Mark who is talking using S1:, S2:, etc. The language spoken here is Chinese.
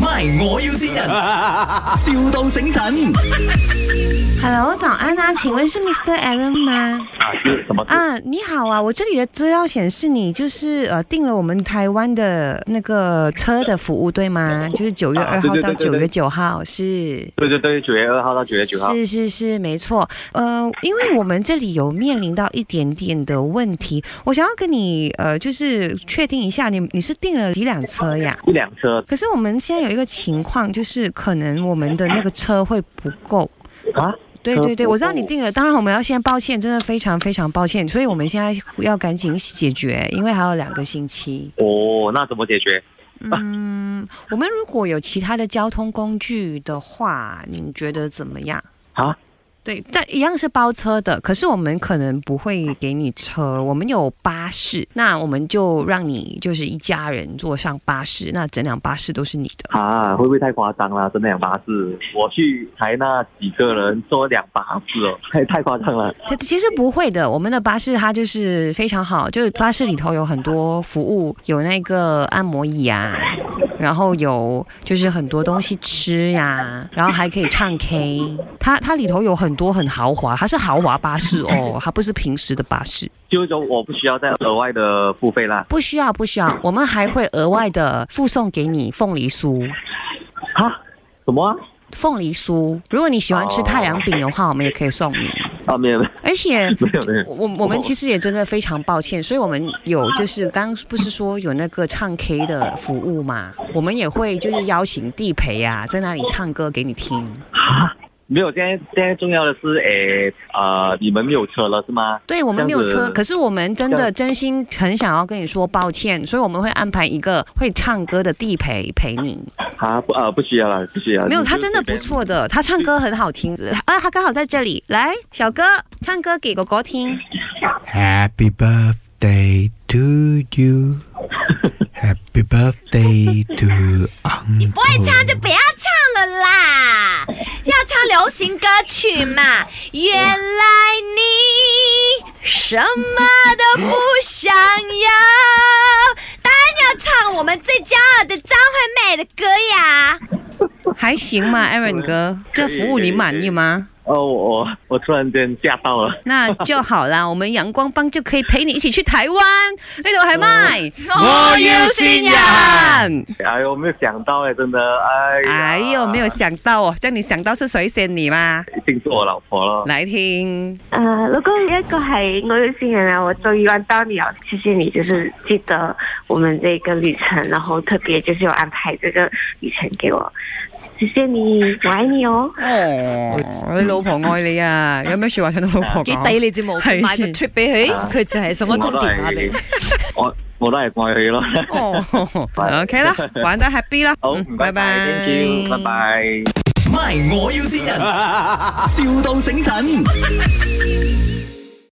S1: MY，我要先人，, 笑到醒神。
S2: Hello，早安啊，请问是 Mr. Aaron 吗？
S3: 啊，是什么事？
S2: 啊，你好啊，我这里的资料显示你就是呃订了我们台湾的那个车的服务，对吗？就是九月二
S3: 啊对
S2: 号
S3: 对
S2: 到
S3: 对对
S2: 九
S3: 对
S2: 月九号，是。
S3: 对对对，九月二号到九月九号。
S2: 是是是，没错。呃，因为我们这里有面临到一点点的问题，我想要跟你呃，就是确定一下，你你是订了几辆车呀？
S3: 一辆车
S2: 可是我们现在有一个情况，就是可能我们的那个车会不够。
S3: 啊，
S2: 对
S3: 车
S2: 对对，
S3: 不
S2: 我知道你
S3: 够
S2: 定了，当然我们要先抱歉，真的非常非常抱歉，所以我们现在要赶紧解决，因为还有两个星期。
S3: 哦，那怎么解决？
S2: 嗯，我们如果有其他的交通工具的话，你觉得怎么样？
S3: 啊？
S2: 对，但一样是包车的，可是我们可能不会给你车，我们有巴士，那我们就让你就是一家人坐上巴士，那整辆巴士都是你的。
S3: 啊，会不会太夸张了？真的两巴士，我去台那几个人坐两巴士哦， 太太夸张了。
S2: 它其实不会的，我们的巴士它就是非常好，就是巴士里头有很多服务，有那个按摩椅啊，然后有就是很多东西吃呀、然后还可以唱 K。它它里头有很多很豪华，它是豪华巴士 哦，它不是平时的巴士。
S3: 就是说我不需要再额外的付费啦。
S2: 不需要不需要，我们还会额外的附送给你凤梨酥。
S3: 啊？什么啊？
S2: 凤梨酥，如果你喜欢吃太阳饼的话，我们也可以送你。
S3: 啊，没有没有
S2: 而且
S3: 没有没 有。
S2: 我我们其实也真的非常抱歉，所以我们有就是刚刚不是说有那个唱 K 的服务嘛，我们也会就是邀请地陪啊，在那里唱歌给你听。
S3: 没有，现在现在重要的是，诶，呃，你们没有车了是吗？
S2: 对我们没有
S3: 这样
S2: 车，
S3: 子
S2: 可是我们真
S3: 这
S2: 的
S3: 样
S2: 真心很想要跟你说抱歉，所以我们会安排一个会唱歌的地陪陪你。
S3: 啊，不，呃，不需要了，不需要。
S2: 没有，
S3: 你就
S2: 他真的不
S3: 随便
S2: 错的，他唱歌很好听啊，他刚好在这里，来，小哥唱歌给狗狗听。
S4: Happy birthday to you. Happy birthday to uncle.
S5: 你不会唱就不要唱了啦，要唱流行歌曲嘛。原来你什么都不想要，当然要唱我们最骄傲的张惠妹的歌呀。
S2: 还行吗，Aaron 哥？这
S3: 可以
S2: 服务你
S3: 可以
S2: 满
S3: 可
S2: 意
S3: 以
S2: 吗？
S3: 哦，我我我突然间吓到了。
S2: 那就好啦， 我们阳光帮就可以陪你一起去台湾，呢度係咪？
S5: 我要新人，
S3: 哎呦，没有想到哎，真的，哎呀，
S2: 哎呦，没有想到哦，这样你想到是谁选你吗？
S3: 一定是我老婆了。
S2: 来听，
S6: 誒、呃老公，一個係我要新人啊，我終於按到你了，謝謝你，就是记得我們這個旅程，然後特別就是有安排這個旅程給我，謝謝你，我愛你哦。
S2: 哦，你老婆愛你啊，有咩说話想同老婆
S5: 幾
S2: 講？
S5: 抵你節目，
S2: 係
S5: 買個 trip 俾佢，佢就係送一通電話俾你。
S3: 我我都係愛佢咯。
S2: 哦，OK 啦，玩得 happy
S5: 哦
S2: 啦，
S3: 好，
S2: 嗯
S3: 唔該晒，thank you，拜拜。
S1: MY，我要先人，,笑到醒神。